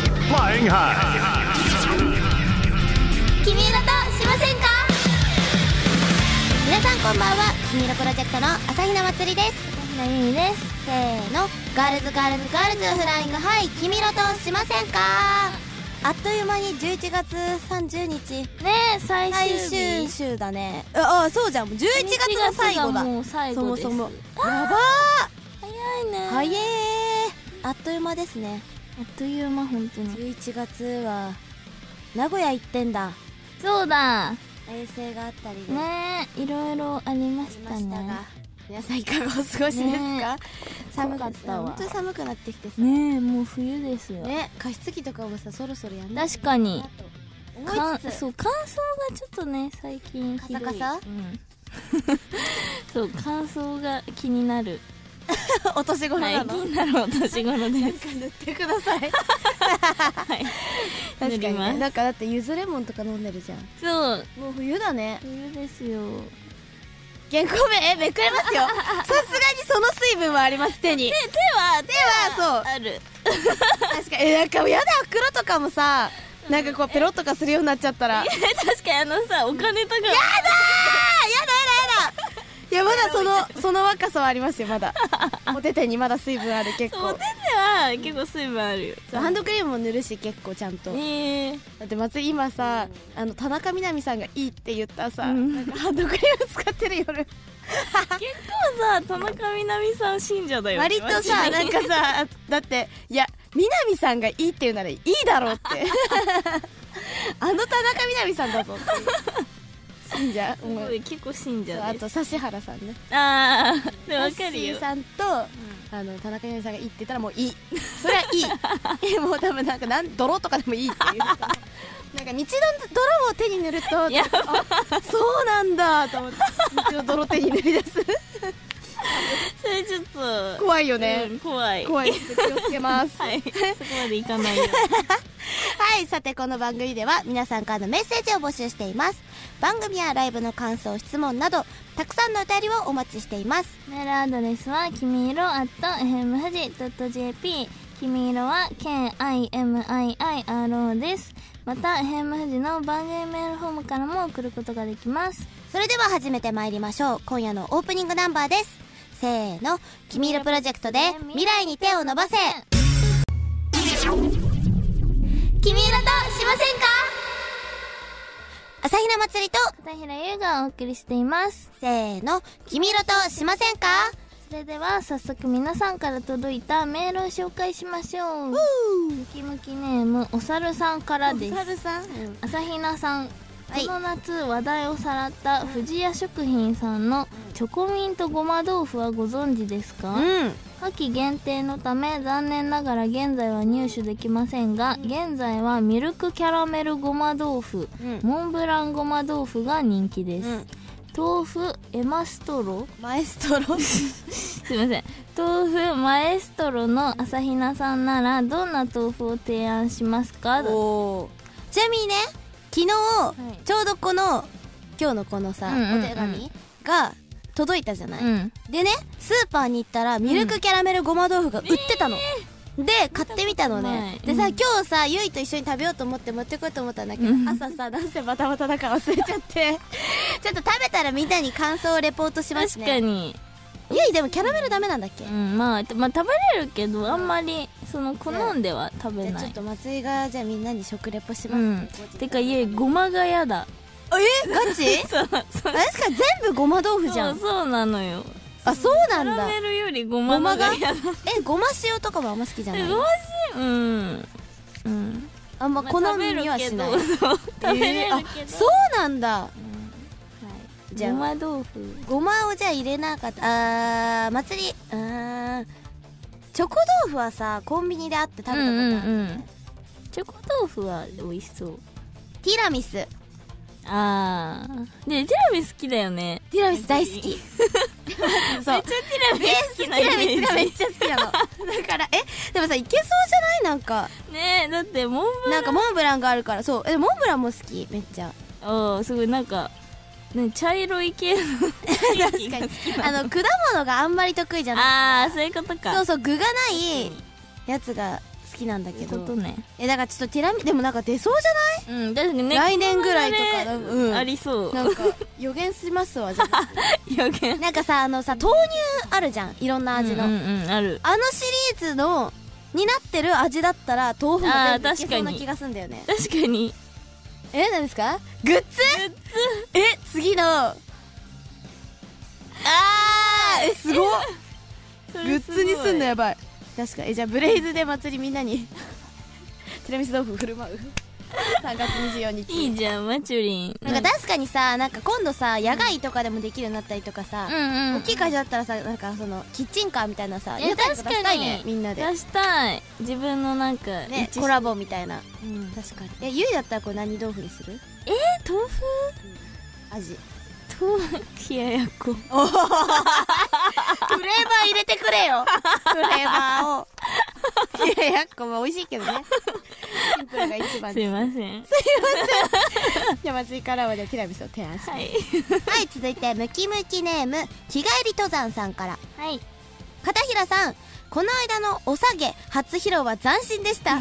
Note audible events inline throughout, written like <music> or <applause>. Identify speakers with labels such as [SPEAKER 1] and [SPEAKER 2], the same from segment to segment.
[SPEAKER 1] キハ
[SPEAKER 2] 君色としませんか皆さんこんばんは君色プロジェクトの朝比奈まつりです朝比奈ゆみですせーのガールズガールズガールズフライングハイ君色としませんかあっという間に11月30日
[SPEAKER 3] ねえ最
[SPEAKER 2] 最
[SPEAKER 3] 終
[SPEAKER 2] 終
[SPEAKER 3] 日
[SPEAKER 2] 週だねああそうじゃんもう11月の最後だ
[SPEAKER 3] 11月がもう最
[SPEAKER 2] そ
[SPEAKER 3] 後
[SPEAKER 2] も
[SPEAKER 3] です
[SPEAKER 2] そもや
[SPEAKER 3] 早いね
[SPEAKER 2] ばー早えーあっという間ですね
[SPEAKER 3] あっという間本当に
[SPEAKER 2] 11月は名古屋行ってんだ
[SPEAKER 3] そうだね
[SPEAKER 2] 遠征があったりで
[SPEAKER 3] えいろいろありま
[SPEAKER 2] し
[SPEAKER 3] したた
[SPEAKER 2] ね
[SPEAKER 3] ね
[SPEAKER 2] 皆さんいかがお過ごしですか、
[SPEAKER 3] ね
[SPEAKER 2] 寒かったわ
[SPEAKER 3] 本当
[SPEAKER 2] に寒くなってきて
[SPEAKER 3] ねえもう冬ですよ
[SPEAKER 2] ね加湿器とかもさそろそろやんない
[SPEAKER 3] 確かに
[SPEAKER 2] なと
[SPEAKER 3] か
[SPEAKER 2] 思い
[SPEAKER 3] ん
[SPEAKER 2] つつ
[SPEAKER 3] そう乾燥がちょっとね最近ひどい
[SPEAKER 2] カサカサ
[SPEAKER 3] うん <laughs> そう乾燥が気になる
[SPEAKER 2] <laughs> お年頃
[SPEAKER 3] は
[SPEAKER 2] ない
[SPEAKER 3] 気
[SPEAKER 2] の、 <laughs>
[SPEAKER 3] になるお年頃です
[SPEAKER 2] 塗ってください確か
[SPEAKER 3] 塗
[SPEAKER 2] に、
[SPEAKER 3] りま
[SPEAKER 2] ね、
[SPEAKER 3] す
[SPEAKER 2] なんかだってゆずレモンとか飲んでるじゃん
[SPEAKER 3] <laughs> そう
[SPEAKER 2] もう冬だね
[SPEAKER 3] 冬ですよ
[SPEAKER 2] 原稿名えめくれます <laughs> よさすがにその水分はあります手に
[SPEAKER 3] 手は手
[SPEAKER 2] 手はそう
[SPEAKER 3] ある
[SPEAKER 2] 確かにえなんかやだ袋とかもさなんかこうペロッとかするようになっちゃったら
[SPEAKER 3] え <laughs> 確かにあのさお金とかや
[SPEAKER 2] <laughs> いやまだそのその若さはあります
[SPEAKER 3] <laughs>
[SPEAKER 2] よまだお手手にまだ水分ある結
[SPEAKER 3] そうお
[SPEAKER 2] 構
[SPEAKER 3] 手手は結構水分あるよ
[SPEAKER 2] そうハンドクリームも塗るし結構ちゃんと、
[SPEAKER 3] ねえ
[SPEAKER 2] だって松井今さあの田中みな実さんがいいって言ったさ、
[SPEAKER 3] うん
[SPEAKER 2] なんかハンドクリーム使ってる
[SPEAKER 3] <laughs>
[SPEAKER 2] 夜
[SPEAKER 3] 結構さ田中みな実さん信者だよね
[SPEAKER 2] 割とさ
[SPEAKER 3] マ
[SPEAKER 2] な
[SPEAKER 3] ジ
[SPEAKER 2] ん
[SPEAKER 3] で
[SPEAKER 2] かさあだっていやみな実さんがいいって言うならいい
[SPEAKER 3] <laughs>
[SPEAKER 2] だろうってあの田中みな実さんだぞ
[SPEAKER 3] <laughs>
[SPEAKER 2] っていう信者
[SPEAKER 3] す
[SPEAKER 2] 思
[SPEAKER 3] ご
[SPEAKER 2] い
[SPEAKER 3] い結構信
[SPEAKER 2] そう
[SPEAKER 3] 者
[SPEAKER 2] あ
[SPEAKER 3] です
[SPEAKER 2] と指原さんね
[SPEAKER 3] ああでわかる
[SPEAKER 2] シ
[SPEAKER 3] よ
[SPEAKER 2] ーさんと、あの田中みな実さんがいいって言ったらもういいそ
[SPEAKER 3] <laughs>
[SPEAKER 2] れはいいえもう多分なんかなん泥とかでもいいっていうなんか道の泥を手に塗ると
[SPEAKER 3] や
[SPEAKER 2] あそうなんだと思って道の泥手に塗り出
[SPEAKER 3] <laughs>
[SPEAKER 2] す
[SPEAKER 3] それちょっと
[SPEAKER 2] 怖いよね、
[SPEAKER 3] うん怖い
[SPEAKER 2] 怖いです気をつけます <laughs>
[SPEAKER 3] はいそこまでいかないよ
[SPEAKER 2] はい、さてこの番組では皆さんからのメッセージを募集しています。番組やライブの感想、質問など、たくさんのお便りをお待ちしています。
[SPEAKER 3] メールアドレスは、きみいろ at fmfuji.jp。きみいろは、k-i-m-i-i-r-o です。また、ヘムフジの番組メールフォームからも送ることができます。
[SPEAKER 2] それでは始めてまいりましょう。今夜のオープニングナンバーです。せーの、君色プロジェクトで未来に手を伸ばせ
[SPEAKER 3] 君色としませんか
[SPEAKER 2] 朝比奈まつりと、
[SPEAKER 3] 片平優がお送りしています。
[SPEAKER 2] せーの、君色としませんか
[SPEAKER 3] それでは、早速皆さんから届いたメールを紹介しましょう。ムキムキネーム、おさるさんからです。
[SPEAKER 2] さん。
[SPEAKER 3] 朝比奈さん、
[SPEAKER 2] はい
[SPEAKER 3] この夏話題をさらった藤屋食品さんのチョコミントごま豆腐はご存知ですか、
[SPEAKER 2] うん。
[SPEAKER 3] 夏季限定のため残念ながら現在は入手できませんが、現在はミルクキャラメルごま豆腐、
[SPEAKER 2] うん
[SPEAKER 3] モンブランごま豆腐が人気です、
[SPEAKER 2] うん
[SPEAKER 3] 豆腐エマストロ <laughs>
[SPEAKER 2] マエストロ。
[SPEAKER 3] すいません豆腐マエストロの朝比奈さんならどんな豆腐を提案しますかだって
[SPEAKER 2] <laughs> おちなみにね昨日、
[SPEAKER 3] い
[SPEAKER 2] ちょうどこの今日のこのさ、
[SPEAKER 3] うんうんうん
[SPEAKER 2] お手紙が届いたじゃない、
[SPEAKER 3] うん
[SPEAKER 2] でねスーパーに行ったらミルクキャラメルごま豆腐が売ってたの、で買ってみたのね
[SPEAKER 3] 見たこと
[SPEAKER 2] で
[SPEAKER 3] ない
[SPEAKER 2] さ
[SPEAKER 3] うん
[SPEAKER 2] 今日さゆいと一緒に食べようと思って持ってこようと思ったんだけど、
[SPEAKER 3] うん
[SPEAKER 2] 朝さなんせバタバタだから忘れちゃって <laughs> ちょっと食べたらみんなに感想をレポートします
[SPEAKER 3] 確
[SPEAKER 2] ね
[SPEAKER 3] かに
[SPEAKER 2] ゆいでもキャラメルダメなんだっけ、
[SPEAKER 3] うんまあ、たまあ食べれるけどあんまりその好んでは食べ
[SPEAKER 2] じゃあ
[SPEAKER 3] な
[SPEAKER 2] ちょ
[SPEAKER 3] い
[SPEAKER 2] っ、と松井がじゃあみんなに食レポします、
[SPEAKER 3] う
[SPEAKER 2] ね
[SPEAKER 3] んてかいえごまが嫌だ
[SPEAKER 2] えガチ <laughs>
[SPEAKER 3] そうそう
[SPEAKER 2] あれしか全部ごま豆腐じゃん
[SPEAKER 3] そうそうなのよ
[SPEAKER 2] あそうな
[SPEAKER 3] キャ
[SPEAKER 2] ん
[SPEAKER 3] ラ
[SPEAKER 2] だ
[SPEAKER 3] メルよりごまの方が嫌だご
[SPEAKER 2] えごま塩とかはあんま好きじゃない
[SPEAKER 3] ましうんうん
[SPEAKER 2] あんま好みにはしない
[SPEAKER 3] まあ食べるけどそう食べれる
[SPEAKER 2] えー
[SPEAKER 3] け
[SPEAKER 2] あ
[SPEAKER 3] ど、
[SPEAKER 2] そうなんだ
[SPEAKER 3] はい、
[SPEAKER 2] じゃあ
[SPEAKER 3] ごま豆腐
[SPEAKER 2] ごまをじゃあ入れなかったあー祭りうーんチョコ豆腐はさコンビニであって食べたことある、
[SPEAKER 3] うんうんうんチョコ豆腐は美味しそう
[SPEAKER 2] ティラミステ
[SPEAKER 3] あーでティラミス好きだよね
[SPEAKER 2] ィラミス大好きそう
[SPEAKER 3] めっちゃティラミス好
[SPEAKER 2] テ
[SPEAKER 3] きなイ
[SPEAKER 2] ィラ
[SPEAKER 3] メージ
[SPEAKER 2] ミスがめっちゃ好きなのだからえでもさいけそうじゃないなんか
[SPEAKER 3] ねえだってモンブラ
[SPEAKER 2] な
[SPEAKER 3] ン
[SPEAKER 2] んかモンブランがあるからそうえモンブランも好きめっちゃ
[SPEAKER 3] ああすごいなんか、ね、茶色い系の確 <laughs>
[SPEAKER 2] 確かにあの果物があんまり得意じゃない
[SPEAKER 3] ああそういうことか
[SPEAKER 2] そうそう具がないやつが好きなんだけ
[SPEAKER 3] けど
[SPEAKER 2] ど
[SPEAKER 3] ことね
[SPEAKER 2] えだからちょっとティラミでもなんか出そうじゃない
[SPEAKER 3] うんだね
[SPEAKER 2] 来年ぐらいとか
[SPEAKER 3] このままね
[SPEAKER 2] うん
[SPEAKER 3] ありそう
[SPEAKER 2] なんか予言しますわじゃあ
[SPEAKER 3] 予言
[SPEAKER 2] <laughs> なんかさあのさ豆乳あるじゃんいろんな味の、
[SPEAKER 3] うんうんうんある
[SPEAKER 2] あのシリーズのになってる味だったら豆腐も全部
[SPEAKER 3] あー
[SPEAKER 2] いけそ
[SPEAKER 3] 確
[SPEAKER 2] う
[SPEAKER 3] か
[SPEAKER 2] な
[SPEAKER 3] に
[SPEAKER 2] 気がするんだよね
[SPEAKER 3] 確かに
[SPEAKER 2] え何ですかグッズえ次のあーえすごっ
[SPEAKER 3] グ
[SPEAKER 2] グッズにすんのやばい確かえじゃあブレイズで祭りみんなに <laughs> ティラミス豆腐振る舞う3月24日
[SPEAKER 3] いいじゃんマチュリン
[SPEAKER 2] なんか確かにさなんか今度さ野外とかでもできるようになったりとかさ、
[SPEAKER 3] うんうん
[SPEAKER 2] 大きい会社だったらさなんかそのキッチンカーみたいなさ
[SPEAKER 3] いや
[SPEAKER 2] 屋台と
[SPEAKER 3] 確
[SPEAKER 2] 出した
[SPEAKER 3] か
[SPEAKER 2] い
[SPEAKER 3] に
[SPEAKER 2] ねみんなで、
[SPEAKER 3] 出したい自分のなんか
[SPEAKER 2] ね、
[SPEAKER 3] 一
[SPEAKER 2] コラボみたいな
[SPEAKER 3] うん
[SPEAKER 2] 確かにえゆいだったらこう何豆腐にする
[SPEAKER 3] えー豆腐
[SPEAKER 2] 味
[SPEAKER 3] 豆腐冷ややっこ
[SPEAKER 2] フレーバー入れてくれよ <laughs> フレーバーをいやいやこま美味しいけどねシンプルが一番
[SPEAKER 3] すい
[SPEAKER 2] です
[SPEAKER 3] ません
[SPEAKER 2] じゃあ祭りからはじゃあティラミスを提案して
[SPEAKER 3] はい
[SPEAKER 2] はい続いてムキムキネーム日帰り登山さんから
[SPEAKER 3] はい
[SPEAKER 2] 片平さんこの間のおさげ初披露は斬新でした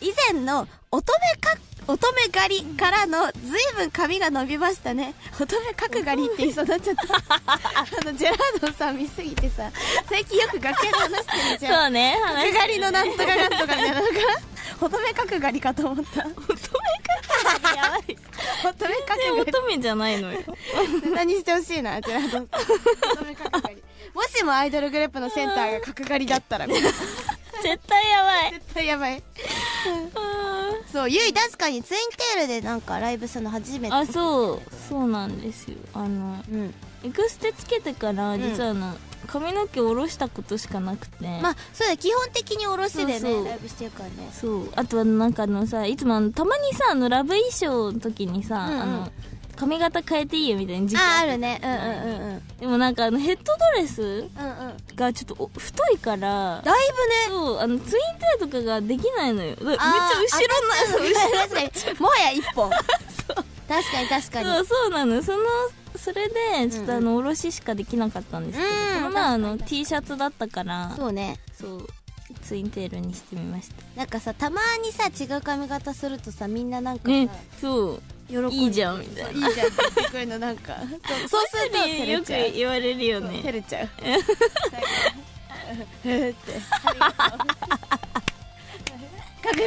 [SPEAKER 2] 以前の乙女か乙女狩りからのずいぶん髪が伸びましたね乙女角刈りって言いそうになっちゃったあのジェラードンさん見すぎてさ最近よく楽屋で話してるじゃん
[SPEAKER 3] そうね話
[SPEAKER 2] 角刈りのなんとかなんとかみたいなのが乙女角刈りかと思った乙女
[SPEAKER 3] やばい
[SPEAKER 2] 角
[SPEAKER 3] 全
[SPEAKER 2] 刈
[SPEAKER 3] 然
[SPEAKER 2] り
[SPEAKER 3] 乙女じゃないのよ
[SPEAKER 2] ネタにしてほしいなジェラードンさん乙女角刈りもしもアイドルグループのセンターが角刈りだったらみたいな
[SPEAKER 3] 絶対やばい
[SPEAKER 2] 絶対やばいそうゆい確かにツインテールでなんかライブするの初めて
[SPEAKER 3] あそうそうなんですよあの
[SPEAKER 2] うん
[SPEAKER 3] エクステつけてから
[SPEAKER 2] ん
[SPEAKER 3] 実はあの髪の毛下ろしたことしかなくて
[SPEAKER 2] まあそうだよ基本的におろしでね
[SPEAKER 3] そうそう
[SPEAKER 2] ライブしてるからね
[SPEAKER 3] そうあとはなんかあのさいつもあのたまにさあのラブ衣装の時にさ、
[SPEAKER 2] うんうん
[SPEAKER 3] あの髪型変えていいよみたいな時期
[SPEAKER 2] ああ
[SPEAKER 3] った
[SPEAKER 2] るねうんうんうんうんうんうん
[SPEAKER 3] でもなんかあのヘッドドレスがちょっとお太いから
[SPEAKER 2] だい
[SPEAKER 3] そうあのツインテールとかができないのよだめっちゃ
[SPEAKER 2] あー
[SPEAKER 3] 後ろなそう後
[SPEAKER 2] ぶね
[SPEAKER 3] ろ
[SPEAKER 2] 確かにもはや一
[SPEAKER 3] <laughs>
[SPEAKER 2] 本確かに確かに
[SPEAKER 3] そうそうなのそのそれでちょっとあ
[SPEAKER 2] うん
[SPEAKER 3] のおろししかできなかったんですけど、
[SPEAKER 2] うん
[SPEAKER 3] この前あの T シャツだったから
[SPEAKER 2] そうね
[SPEAKER 3] そうツインテールにしてみまし
[SPEAKER 2] なんかさたまにさ違う髪型するとさみんななんか
[SPEAKER 3] た
[SPEAKER 2] さ、
[SPEAKER 3] ねそう
[SPEAKER 2] 喜んで
[SPEAKER 3] いいじゃんみたいない
[SPEAKER 2] いじゃんって言ってくるのなんかそうそうすると照
[SPEAKER 3] よ
[SPEAKER 2] れ
[SPEAKER 3] く
[SPEAKER 2] ちゃう
[SPEAKER 3] 言われるよね
[SPEAKER 2] 照れちゃうなんか <laughs> えーって角刈り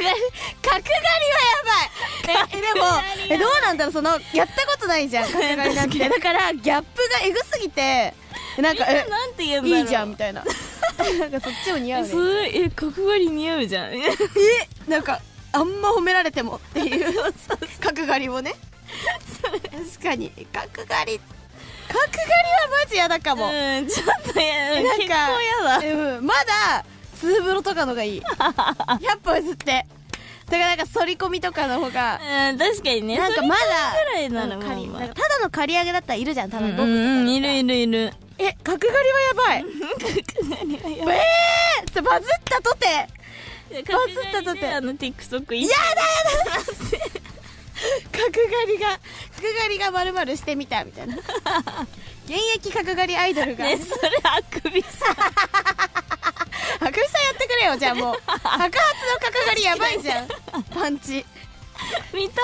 [SPEAKER 2] 角刈りはやばい、ね、えでもえどうなんだろうそのやったことない <laughs> じゃん角刈りなんてだからギャップがエグすぎてなんかえ
[SPEAKER 3] なんて言うんだろう
[SPEAKER 2] いいじゃんみたいな <laughs> なんかそっちも似合うね
[SPEAKER 3] すごいえ角刈り似合うじゃん <laughs>
[SPEAKER 2] えなんかあんま褒められてもっていう角刈りをね確かに角刈り角刈りはマジ嫌だかも、
[SPEAKER 3] うんちょっとや
[SPEAKER 2] え
[SPEAKER 3] 結構やだ
[SPEAKER 2] だ、うんまだツーブロとかの
[SPEAKER 3] <laughs>
[SPEAKER 2] がいい100歩譲ってだからなんか反り込みとかの方が
[SPEAKER 3] うん確かにね
[SPEAKER 2] なんかまだ
[SPEAKER 3] それぐらいなら
[SPEAKER 2] うん
[SPEAKER 3] まあ
[SPEAKER 2] 刈り
[SPEAKER 3] ま
[SPEAKER 2] な
[SPEAKER 3] あ
[SPEAKER 2] んかただの刈り上げだったらいるじゃん多
[SPEAKER 3] う
[SPEAKER 2] 分
[SPEAKER 3] んうんうんいるい
[SPEAKER 2] る
[SPEAKER 3] るいる
[SPEAKER 2] え角刈りはやばいええー、バズったとて
[SPEAKER 3] 角刈りね
[SPEAKER 2] バズったとて
[SPEAKER 3] あの TikTok
[SPEAKER 2] やだやだ角刈りが角刈りがまるまるしてみたみたいな現役角刈りアイドル
[SPEAKER 3] <laughs>
[SPEAKER 2] が
[SPEAKER 3] ねそれあくびさ
[SPEAKER 2] 白石さんやってくれよじゃあ
[SPEAKER 3] <laughs>
[SPEAKER 2] もう白髪の角刈りやばいじゃんパンチ
[SPEAKER 3] 見た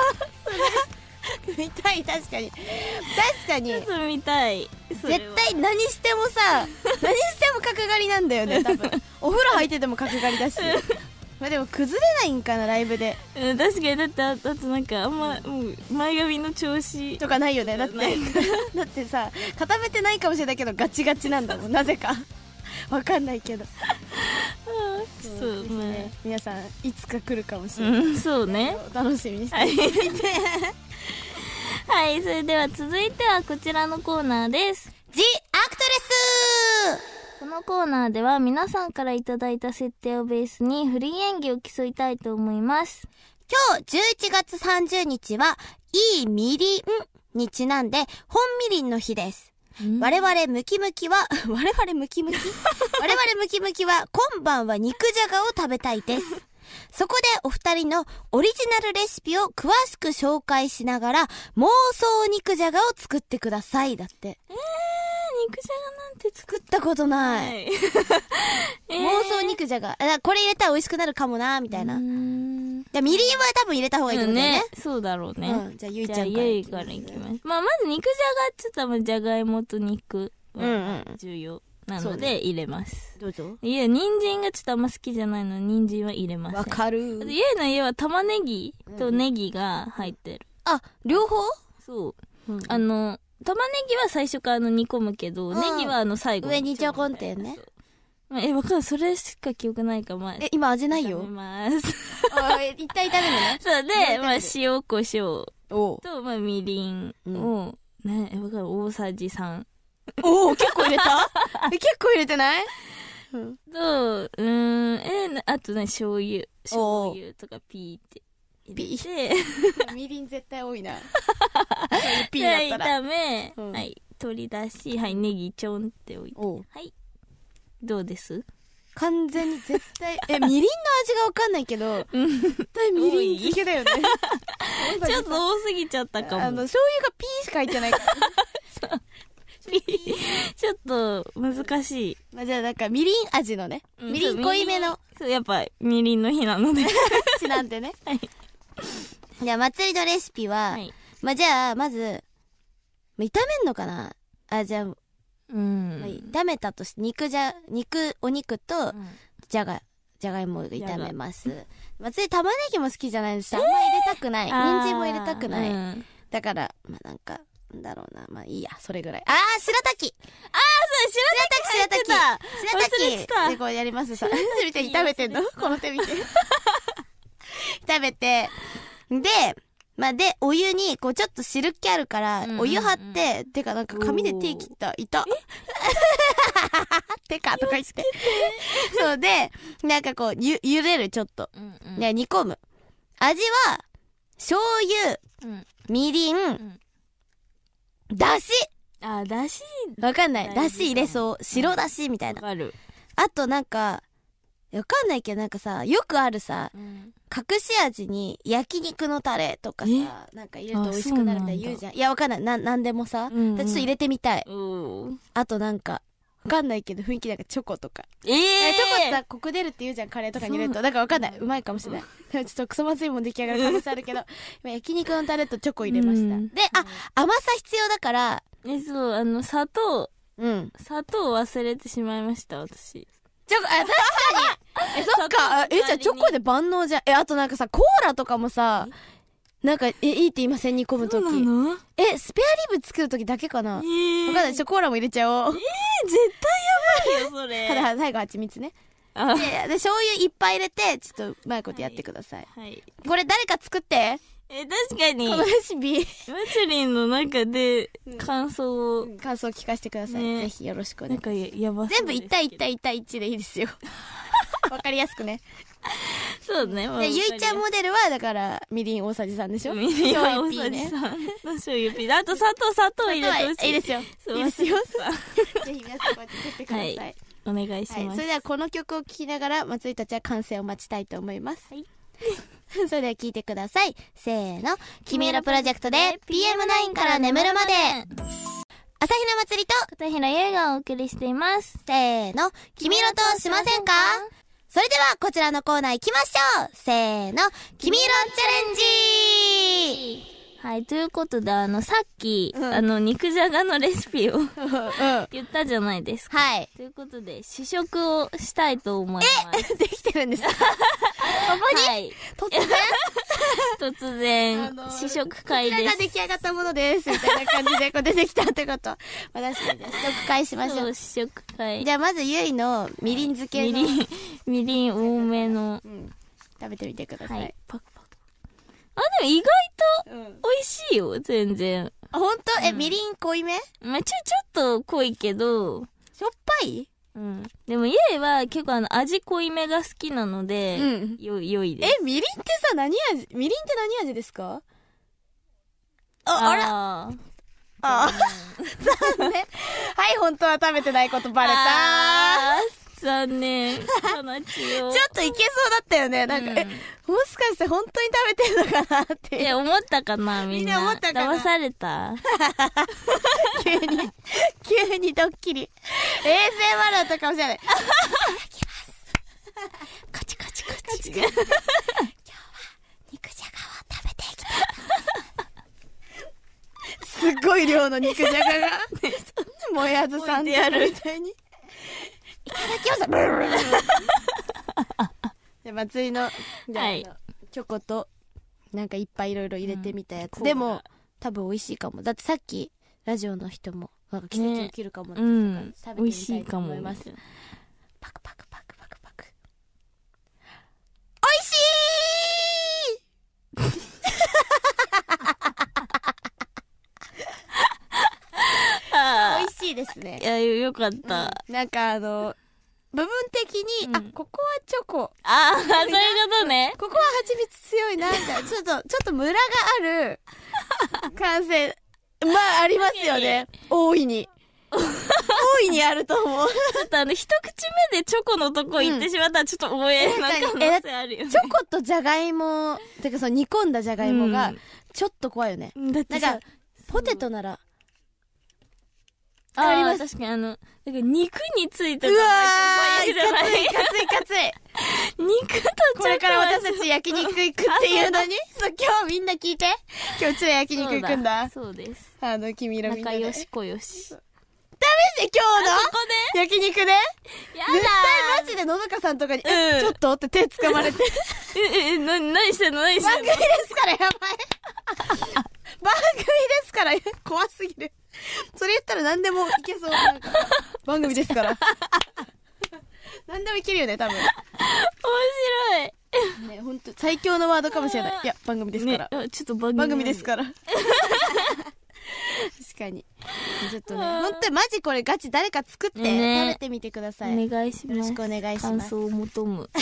[SPEAKER 2] 見たい確かに確かに
[SPEAKER 3] ちょっと見たいそれは
[SPEAKER 2] 絶対何してもさ何しても角刈りなんだよね
[SPEAKER 3] <laughs>
[SPEAKER 2] 多分お風呂入ってても角刈りだしまあでも崩れないんかなライブで
[SPEAKER 3] うん確かにだってあだってなんかあんまもう前髪の調子
[SPEAKER 2] とかないよねだって
[SPEAKER 3] ない
[SPEAKER 2] <laughs> だってさ固めてないかもしれないけどガチガチなんだもんなぜかわかんないけど
[SPEAKER 3] そ
[SPEAKER 2] ぜ
[SPEAKER 3] う
[SPEAKER 2] ひね
[SPEAKER 3] ね
[SPEAKER 2] 皆さんいつか来るかもしれない、
[SPEAKER 3] うんそうね
[SPEAKER 2] お楽しみにして
[SPEAKER 3] はいはいそれでは続いてはこちらのコーナーです
[SPEAKER 2] ジ・アクトレス
[SPEAKER 3] このコーナーでは皆さんからいただいた設定をベースにフリー演技を競いたいと思います
[SPEAKER 2] 今日11月30日は、いいみりんにちなんで、本みりんの日です。
[SPEAKER 3] 我
[SPEAKER 2] 我々ムキムキは、我々ムキムキ我々ムキムキは、今晩は肉じゃがを食べたいです。そこでお二人のオリジナルレシピを詳しく紹介しながら、妄想肉じゃがを作ってください。だって。
[SPEAKER 3] 肉肉じゃがなんて作
[SPEAKER 2] 作ったこと
[SPEAKER 3] ら
[SPEAKER 2] な。
[SPEAKER 3] ない <laughs> い。
[SPEAKER 2] 妄想肉じゃが。あこれ入れたら美味しくなるかもな、み
[SPEAKER 3] み
[SPEAKER 2] たいな。
[SPEAKER 3] うーん
[SPEAKER 2] じゃあみりんは多分入れた方がいいってことだよね
[SPEAKER 3] ね。。そうだろうね。
[SPEAKER 2] うんじゃあゆいちゃんから
[SPEAKER 3] じゃあゆいからいきます。まあ、まず肉じゃが、ちょっとまあじゃがいもと肉
[SPEAKER 2] うん
[SPEAKER 3] は
[SPEAKER 2] うん。
[SPEAKER 3] 重要な
[SPEAKER 2] そう
[SPEAKER 3] の
[SPEAKER 2] ね
[SPEAKER 3] で入れます。
[SPEAKER 2] どうぞ。
[SPEAKER 3] いや、人参がちょっとあんま好きじゃないので、人参は入れません。
[SPEAKER 2] わかる。
[SPEAKER 3] 家の家は玉ねぎとネギが入ってる。
[SPEAKER 2] あ、両方
[SPEAKER 3] そう。
[SPEAKER 2] うん
[SPEAKER 3] あの、玉ねぎは最初からあの煮込むけど、
[SPEAKER 2] うん
[SPEAKER 3] ネギはあの最後
[SPEAKER 2] 上にちょこんってね
[SPEAKER 3] そう。まあえ、わかんない。それしか記憶ないから、まあ。
[SPEAKER 2] え、今味 <laughs> ない
[SPEAKER 3] 食べ
[SPEAKER 2] よ。
[SPEAKER 3] ます。
[SPEAKER 2] おい一体炒めるのね。
[SPEAKER 3] そう
[SPEAKER 2] 食べ
[SPEAKER 3] で、
[SPEAKER 2] る
[SPEAKER 3] まあ塩、胡椒
[SPEAKER 2] おう
[SPEAKER 3] と、まあみりんを、ね、えわかる。大さじ3。
[SPEAKER 2] おう結構入れたえ結構入れてない
[SPEAKER 3] と、うーん、え、なあとね、醤油。醤油とかピーって入れて、
[SPEAKER 2] みりん絶対多いな。ピ
[SPEAKER 3] で
[SPEAKER 2] ーだったら。
[SPEAKER 3] 炒め、
[SPEAKER 2] うん
[SPEAKER 3] はい、取り出し、はい、ネギちょんって置いて。
[SPEAKER 2] おう
[SPEAKER 3] はい。どうです
[SPEAKER 2] 完全に絶対、え、みりんの味がわかんないけど、絶対みりん漬けだ <laughs> よね。
[SPEAKER 3] ちょっと多すぎちゃったかも。
[SPEAKER 2] あの、醤油がピーしか入
[SPEAKER 3] <laughs>
[SPEAKER 2] ってないから。
[SPEAKER 3] ちょっと難しい。
[SPEAKER 2] まあ、じゃあなんか、みりん味のね。
[SPEAKER 3] うん
[SPEAKER 2] みりん濃いめの。
[SPEAKER 3] そう、やっぱ、みりんの日なので。
[SPEAKER 2] ちなん <laughs> でね。
[SPEAKER 3] はい
[SPEAKER 2] じゃあ、祭りのレシピは、
[SPEAKER 3] はい。
[SPEAKER 2] まあ、じゃあ、まず、まあ炒めんのかなあ、じゃあ、ま
[SPEAKER 3] う
[SPEAKER 2] あ
[SPEAKER 3] ん。
[SPEAKER 2] 炒めたとし、肉じゃ、肉、お肉と
[SPEAKER 3] う、ん
[SPEAKER 2] じゃが、じゃがいもを炒めます。祭り玉ねぎも好きじゃないですし、あんま入れたくない。人参も入れたくない。
[SPEAKER 3] あーうん
[SPEAKER 2] だから、まあ、なんか、なんだろうな。まあ、いいや、それぐらい。あー、白滝白滝
[SPEAKER 3] 入っ
[SPEAKER 2] 白
[SPEAKER 3] て
[SPEAKER 2] 滝
[SPEAKER 3] 忘れてた
[SPEAKER 2] で、こうやりますさ。それ見て、炒めてんのこの手見て。炒めて。で、まあ、で、お湯に、こう、ちょっと汁気あるか
[SPEAKER 3] う
[SPEAKER 2] ら
[SPEAKER 3] んうんう、ん
[SPEAKER 2] お湯張って、てか、なんか、紙で手切った、いた。 <laughs> てか、とか言って。そうで、なんかこう、ゆ、茹でる、ちょっと。
[SPEAKER 3] た。うんうん
[SPEAKER 2] で、煮込む。味は、醤油、
[SPEAKER 3] うん
[SPEAKER 2] みりん、
[SPEAKER 3] ん
[SPEAKER 2] だし
[SPEAKER 3] あー、だし、
[SPEAKER 2] わかんない。だ
[SPEAKER 3] 大事
[SPEAKER 2] し入れそう。白だしみたい
[SPEAKER 3] わ
[SPEAKER 2] な。
[SPEAKER 3] かる。
[SPEAKER 2] あとなんか、わかんないけどなんかさ、よくあるさ、
[SPEAKER 3] うん
[SPEAKER 2] 隠し味に焼肉のタレとかさ、なんか入れると美味しくなるみたいな言うじゃん。いや、わかんない。な、なんでもさ。
[SPEAKER 3] うんうん
[SPEAKER 2] ちょっと入れてみたい。
[SPEAKER 3] おー
[SPEAKER 2] あとなんか、わかんないけど雰囲気なんかチョコとか。
[SPEAKER 3] ええ
[SPEAKER 2] えチョコってさ、コク出るって言うじゃん、カレーとかに入れると。だからわかんない。うまいかもしれない。でもちょっとクソまずいもん出来上がる可能性ある <laughs> けど、今焼肉のタレとチョコ入れました。
[SPEAKER 3] うん
[SPEAKER 2] で、あ、甘さ必要だから、
[SPEAKER 3] え、そう、あの、砂糖、
[SPEAKER 2] うん。
[SPEAKER 3] 砂糖忘れてしまいました、私。
[SPEAKER 2] チョコ、あ、確か <laughs> に。え、そっか。あえ、じゃあチョコで万能じゃん。え、あとなんかさ、コーラとかもさ、なんか、え、いいって言いません煮込むと
[SPEAKER 3] そうな
[SPEAKER 2] き。
[SPEAKER 3] の
[SPEAKER 2] え、スペアリブ作るときだけかなわ
[SPEAKER 3] え
[SPEAKER 2] か
[SPEAKER 3] ー
[SPEAKER 2] んない。ちょ、コーラも入れちゃおう。
[SPEAKER 3] 絶対やばいよ、そ
[SPEAKER 2] はだ
[SPEAKER 3] れ。
[SPEAKER 2] はだ最後、蜂蜜ね。
[SPEAKER 3] あ
[SPEAKER 2] で、で醤油いっぱい入れて、ちょっと、うまいことやってください。
[SPEAKER 3] はい。
[SPEAKER 2] これ誰か作って。
[SPEAKER 3] え、確かに、
[SPEAKER 2] こ
[SPEAKER 3] マ
[SPEAKER 2] のレシピ。
[SPEAKER 3] チュリンの中で感想を、
[SPEAKER 2] 感想聞かせてください、
[SPEAKER 3] ね
[SPEAKER 2] ぜひよろしくお
[SPEAKER 3] な
[SPEAKER 2] 願
[SPEAKER 3] ん
[SPEAKER 2] い
[SPEAKER 3] かややばそうです
[SPEAKER 2] 全部1対1
[SPEAKER 3] けど
[SPEAKER 2] 対1対1でいいですよ <laughs> わかりやすくね
[SPEAKER 3] そうね。まあ
[SPEAKER 2] でゆいちゃん。モデルはだからみりん大さじさんでしょ
[SPEAKER 3] ミニは大さ
[SPEAKER 2] 醤油ピー
[SPEAKER 3] じ
[SPEAKER 2] ね
[SPEAKER 3] さんの醤油ピー。あと砂糖、砂糖入れてほしい。
[SPEAKER 2] いいですよ
[SPEAKER 3] そう
[SPEAKER 2] いいですよ
[SPEAKER 3] は
[SPEAKER 2] ぜひ皆さんこうやって作ってください、
[SPEAKER 3] は
[SPEAKER 2] はい
[SPEAKER 3] いお願いします。
[SPEAKER 2] それではこの曲を聴きながら松井たちは歓声を待ちたいと思います、
[SPEAKER 3] はい
[SPEAKER 2] <laughs> それでは聴いてくださいせーの「君色プロジェクト」で PM9 から眠るまで朝日奈祭りと
[SPEAKER 3] 片平優がお送りしています。
[SPEAKER 2] せーの「君色としませんか?」それではこちらのコーナー行きましょうせーの「君色チャレンジ」
[SPEAKER 3] はい、ということで、あの、さっき、
[SPEAKER 2] うん
[SPEAKER 3] あの、肉じゃがのレシピを
[SPEAKER 2] は
[SPEAKER 3] 言ったじゃないですか。
[SPEAKER 2] い。
[SPEAKER 3] ということで、試食をしたいと思います。
[SPEAKER 2] <laughs> できてるん
[SPEAKER 3] <laughs>
[SPEAKER 2] です。
[SPEAKER 3] はい。
[SPEAKER 2] 突然、
[SPEAKER 3] 突
[SPEAKER 2] あ
[SPEAKER 3] 然
[SPEAKER 2] の、
[SPEAKER 3] 試食
[SPEAKER 2] こ
[SPEAKER 3] 会
[SPEAKER 2] ちら
[SPEAKER 3] で
[SPEAKER 2] が
[SPEAKER 3] す。
[SPEAKER 2] 出来上がったものです。みたいな感じでこう出てきたってこと。まあ確かに、ね、試食会しましょ。
[SPEAKER 3] そうう、試食会。
[SPEAKER 2] じゃあまずゆいのみりん漬け
[SPEAKER 3] み
[SPEAKER 2] の、
[SPEAKER 3] りん、みりん多めの。
[SPEAKER 2] うん、食べてみてくださ。
[SPEAKER 3] はいい、パクパク。あ、でも意外と
[SPEAKER 2] うん、
[SPEAKER 3] 美味しいよ、全然。
[SPEAKER 2] あ、ほんとえ、みりん濃いめ
[SPEAKER 3] まあ、ちょ、ちょっと濃いけど、
[SPEAKER 2] しょっぱい
[SPEAKER 3] うん。でも家は結構あの、味濃いめが好きなので、
[SPEAKER 2] うん
[SPEAKER 3] よ、良いで
[SPEAKER 2] え
[SPEAKER 3] す。、
[SPEAKER 2] みりんってさ、何味みりんって何味ですかあ、あら
[SPEAKER 3] あー
[SPEAKER 2] あ、残念。はい、本当は食べてないことバレた
[SPEAKER 3] あー残念。かなちよ。
[SPEAKER 2] <laughs> ちょっといけそうだったよね。なんか、
[SPEAKER 3] うん
[SPEAKER 2] え、もしかして本当に食べてるのかなっ
[SPEAKER 3] って
[SPEAKER 2] て。
[SPEAKER 3] 思ったかなみんな。
[SPEAKER 2] みんな思ったかな
[SPEAKER 3] 騙された。
[SPEAKER 2] 急に、急にドッキリ。衛星マラだったかもしれない。
[SPEAKER 3] カチカチカチ。
[SPEAKER 2] 肉じゃがを食べていきたい。すっごい量の肉じゃが
[SPEAKER 3] <laughs>
[SPEAKER 2] が、もやずさんでやるみたいに。いただ <laughs> きます。ブルブルブルで、祭りの、じゃあ
[SPEAKER 3] はい
[SPEAKER 2] あのチョコと、なんかいっぱいいろいろ入れてみたやつ。
[SPEAKER 3] うん
[SPEAKER 2] でも、多分美味しいかも。だってさっき、ラジオの人も、なんか奇跡起きるかもって
[SPEAKER 3] う
[SPEAKER 2] 言って
[SPEAKER 3] ん。
[SPEAKER 2] たから、
[SPEAKER 3] 美味
[SPEAKER 2] 食べて
[SPEAKER 3] し
[SPEAKER 2] み
[SPEAKER 3] い
[SPEAKER 2] たいと
[SPEAKER 3] かも
[SPEAKER 2] 思い。ます。パクパクパクパクパク。おいしい
[SPEAKER 3] あ
[SPEAKER 2] 美味しいですね
[SPEAKER 3] ーい。や、よかった。あ
[SPEAKER 2] なんかあの、部分的
[SPEAKER 3] う
[SPEAKER 2] に、
[SPEAKER 3] ん
[SPEAKER 2] あ、ここはチョコ、
[SPEAKER 3] あー、そういうこと
[SPEAKER 2] <laughs>
[SPEAKER 3] ね。
[SPEAKER 2] ここは蜂蜜強いな、みたい <laughs> な。ちょっと、ちょっとムラがある、感性、まあ、ありますよね。大いに。大いにあると思う。
[SPEAKER 3] ちょっとあの、一口目でチョコのとこ行ってしまったらちょっと応援な可能性あるよね
[SPEAKER 2] チ。ョコとじゃがいも、てかその煮込んだじゃがいもが、ちょっと怖いよね。
[SPEAKER 3] だって
[SPEAKER 2] な
[SPEAKER 3] さ
[SPEAKER 2] んか、ポテトなら、
[SPEAKER 3] あー
[SPEAKER 2] あります
[SPEAKER 3] 確かにあの、なんか肉について
[SPEAKER 2] う
[SPEAKER 3] た
[SPEAKER 2] わー、
[SPEAKER 3] い
[SPEAKER 2] い
[SPEAKER 3] じゃな
[SPEAKER 2] かつ
[SPEAKER 3] い
[SPEAKER 2] い、かつい、かつい。
[SPEAKER 3] 肉とチョコ
[SPEAKER 2] これから私たち焼肉行くっていうのに、そう、今日みんな聞いて。今日うちら焼肉行くんだ。
[SPEAKER 3] そうです。
[SPEAKER 2] あの、君色みんな
[SPEAKER 3] 仲
[SPEAKER 2] で。
[SPEAKER 3] 良しこよし。こ
[SPEAKER 2] ダメで今日
[SPEAKER 3] こで
[SPEAKER 2] の焼肉で
[SPEAKER 3] や
[SPEAKER 2] 絶対
[SPEAKER 3] だ
[SPEAKER 2] マジで野中さんとかに、
[SPEAKER 3] うん
[SPEAKER 2] えちょっとって手掴まれ <laughs> て。
[SPEAKER 3] え、え、な、何してんの何し
[SPEAKER 2] 番
[SPEAKER 3] てん
[SPEAKER 2] 組
[SPEAKER 3] の
[SPEAKER 2] ですからやばい。番組ですから怖すぎる。それ言ったら何でもいけそう。なんか番組ですから。何でもいけるよね、多分。
[SPEAKER 3] 面
[SPEAKER 2] ね、本当最強のワードかもしれない。いや、番組です
[SPEAKER 3] 白い。
[SPEAKER 2] か
[SPEAKER 3] ね
[SPEAKER 2] ら。、
[SPEAKER 3] あちょっと番組。
[SPEAKER 2] 番組ですから。確かに。ちょっとね、本当にマジこれガチ誰か作って食
[SPEAKER 3] ね
[SPEAKER 2] べてみてください。
[SPEAKER 3] お願いします。
[SPEAKER 2] よろしくお願いします
[SPEAKER 3] 感想を求む。
[SPEAKER 2] <laughs>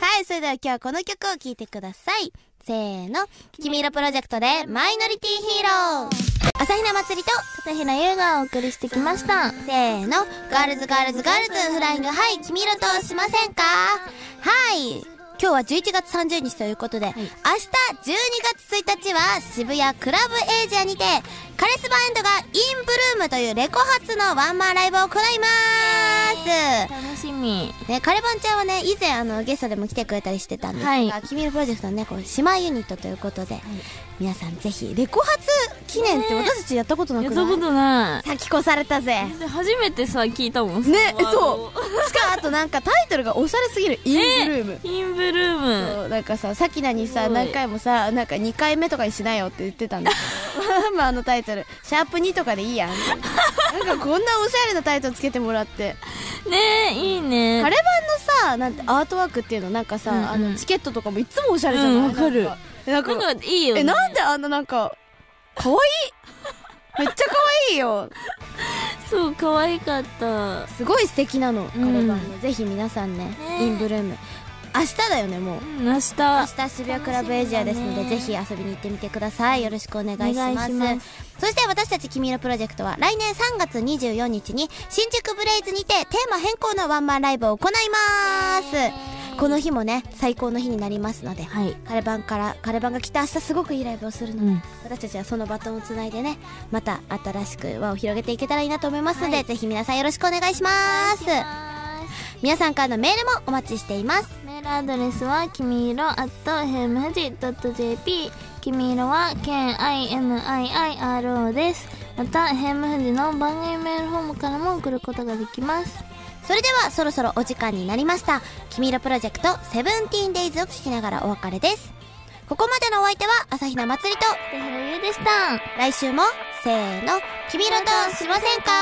[SPEAKER 2] はい、それでは今日はこの曲を聴いてください。せーの、君色プロジェクトでマイノリティ
[SPEAKER 3] <laughs>
[SPEAKER 2] ヒーロー。朝比奈まつりと
[SPEAKER 3] 片平優がお送りしてきました。
[SPEAKER 2] せーの、ガールズガールズガールズフライング、はい、君色としませんかはい、今日は11月30日ということで、明日12月1日は渋谷クラブエイジアにて、カレスバエンドがインブルームというレコ発のワンマンライブを行います。
[SPEAKER 3] 楽しみ。
[SPEAKER 2] ね、カレバンちゃんはね、以前あのゲストでも来てくれたりしてたんですが、
[SPEAKER 3] はい
[SPEAKER 2] 君のプロジェクトのね、こう姉妹ユニットということで、皆さんぜひ、レコ発記念って私たちやったことな
[SPEAKER 3] や
[SPEAKER 2] く
[SPEAKER 3] っ
[SPEAKER 2] な
[SPEAKER 3] た
[SPEAKER 2] い、
[SPEAKER 3] ことない。
[SPEAKER 2] 先越されたぜ。ね、
[SPEAKER 3] で初めてさ、聞いたもん。
[SPEAKER 2] そうしかもあとなんかタイトルがおしゃれすぎる、インブルーム。
[SPEAKER 3] う。インブルーム。
[SPEAKER 2] そうなんかさ、さきなに
[SPEAKER 3] す
[SPEAKER 2] さ、
[SPEAKER 3] ごい
[SPEAKER 2] 何回もさ、なんか2回目とかにしなよって言っ
[SPEAKER 3] <laughs>
[SPEAKER 2] てたんだけど、まああのタイトル、シャープ2とかでいいやん。なんかこんなおしゃれなタイトルつけてもらって。
[SPEAKER 3] ねえ、いいね。
[SPEAKER 2] カレバンのさなんてアートワークっていうのなんかさ、
[SPEAKER 3] うんうん
[SPEAKER 2] あのチケットとかもいつもおしゃれじゃない、
[SPEAKER 3] うんわかる
[SPEAKER 2] なんかなんか
[SPEAKER 3] なんかいいよね。
[SPEAKER 2] えなんであんななんか可愛いめっちゃ可愛いよ
[SPEAKER 3] そう、可愛かった。
[SPEAKER 2] すごい素敵なの、カレバン
[SPEAKER 3] う
[SPEAKER 2] のぜひ皆さんね
[SPEAKER 3] え
[SPEAKER 2] インブルーム明日だよねも
[SPEAKER 3] う
[SPEAKER 2] う
[SPEAKER 3] ん、明日。
[SPEAKER 2] 明日渋谷クラブエイジアですので、
[SPEAKER 3] 楽
[SPEAKER 2] ぜ
[SPEAKER 3] し
[SPEAKER 2] ひ
[SPEAKER 3] み
[SPEAKER 2] 遊びに行ってみてくださいよろしくお願いします
[SPEAKER 3] お願いします
[SPEAKER 2] そして私たち君のプロジェクトは来年3月24日に新宿ブレイズにてテーマ変更のワンマンライブを行いますこの日もね最高の日になりますので
[SPEAKER 3] はい。
[SPEAKER 2] カレバンからカレバンが来た明日すごくいいライブをするので、
[SPEAKER 3] うん
[SPEAKER 2] 私たちはそのバトンをつないでねまた新しく輪を広げていけたらいいなと思いますので、
[SPEAKER 3] はい
[SPEAKER 2] ぜひ皆さんよろしくお願いします皆さんからのメールもお待ちしています
[SPEAKER 3] メールアドレスはきみいろ at hemfuji.jp きみいろは k-i-m-i-i-r-o ですまたヘムフジの番組メールフォームからも送ることができます
[SPEAKER 2] それではそろそろお時間になりました「君色プロジェクトセブンティーンデイズを聞きながらお別れですここまでのお相手は朝比奈まつりと
[SPEAKER 3] でひろゆうでした
[SPEAKER 2] 来週もせーの「君色としませんか?」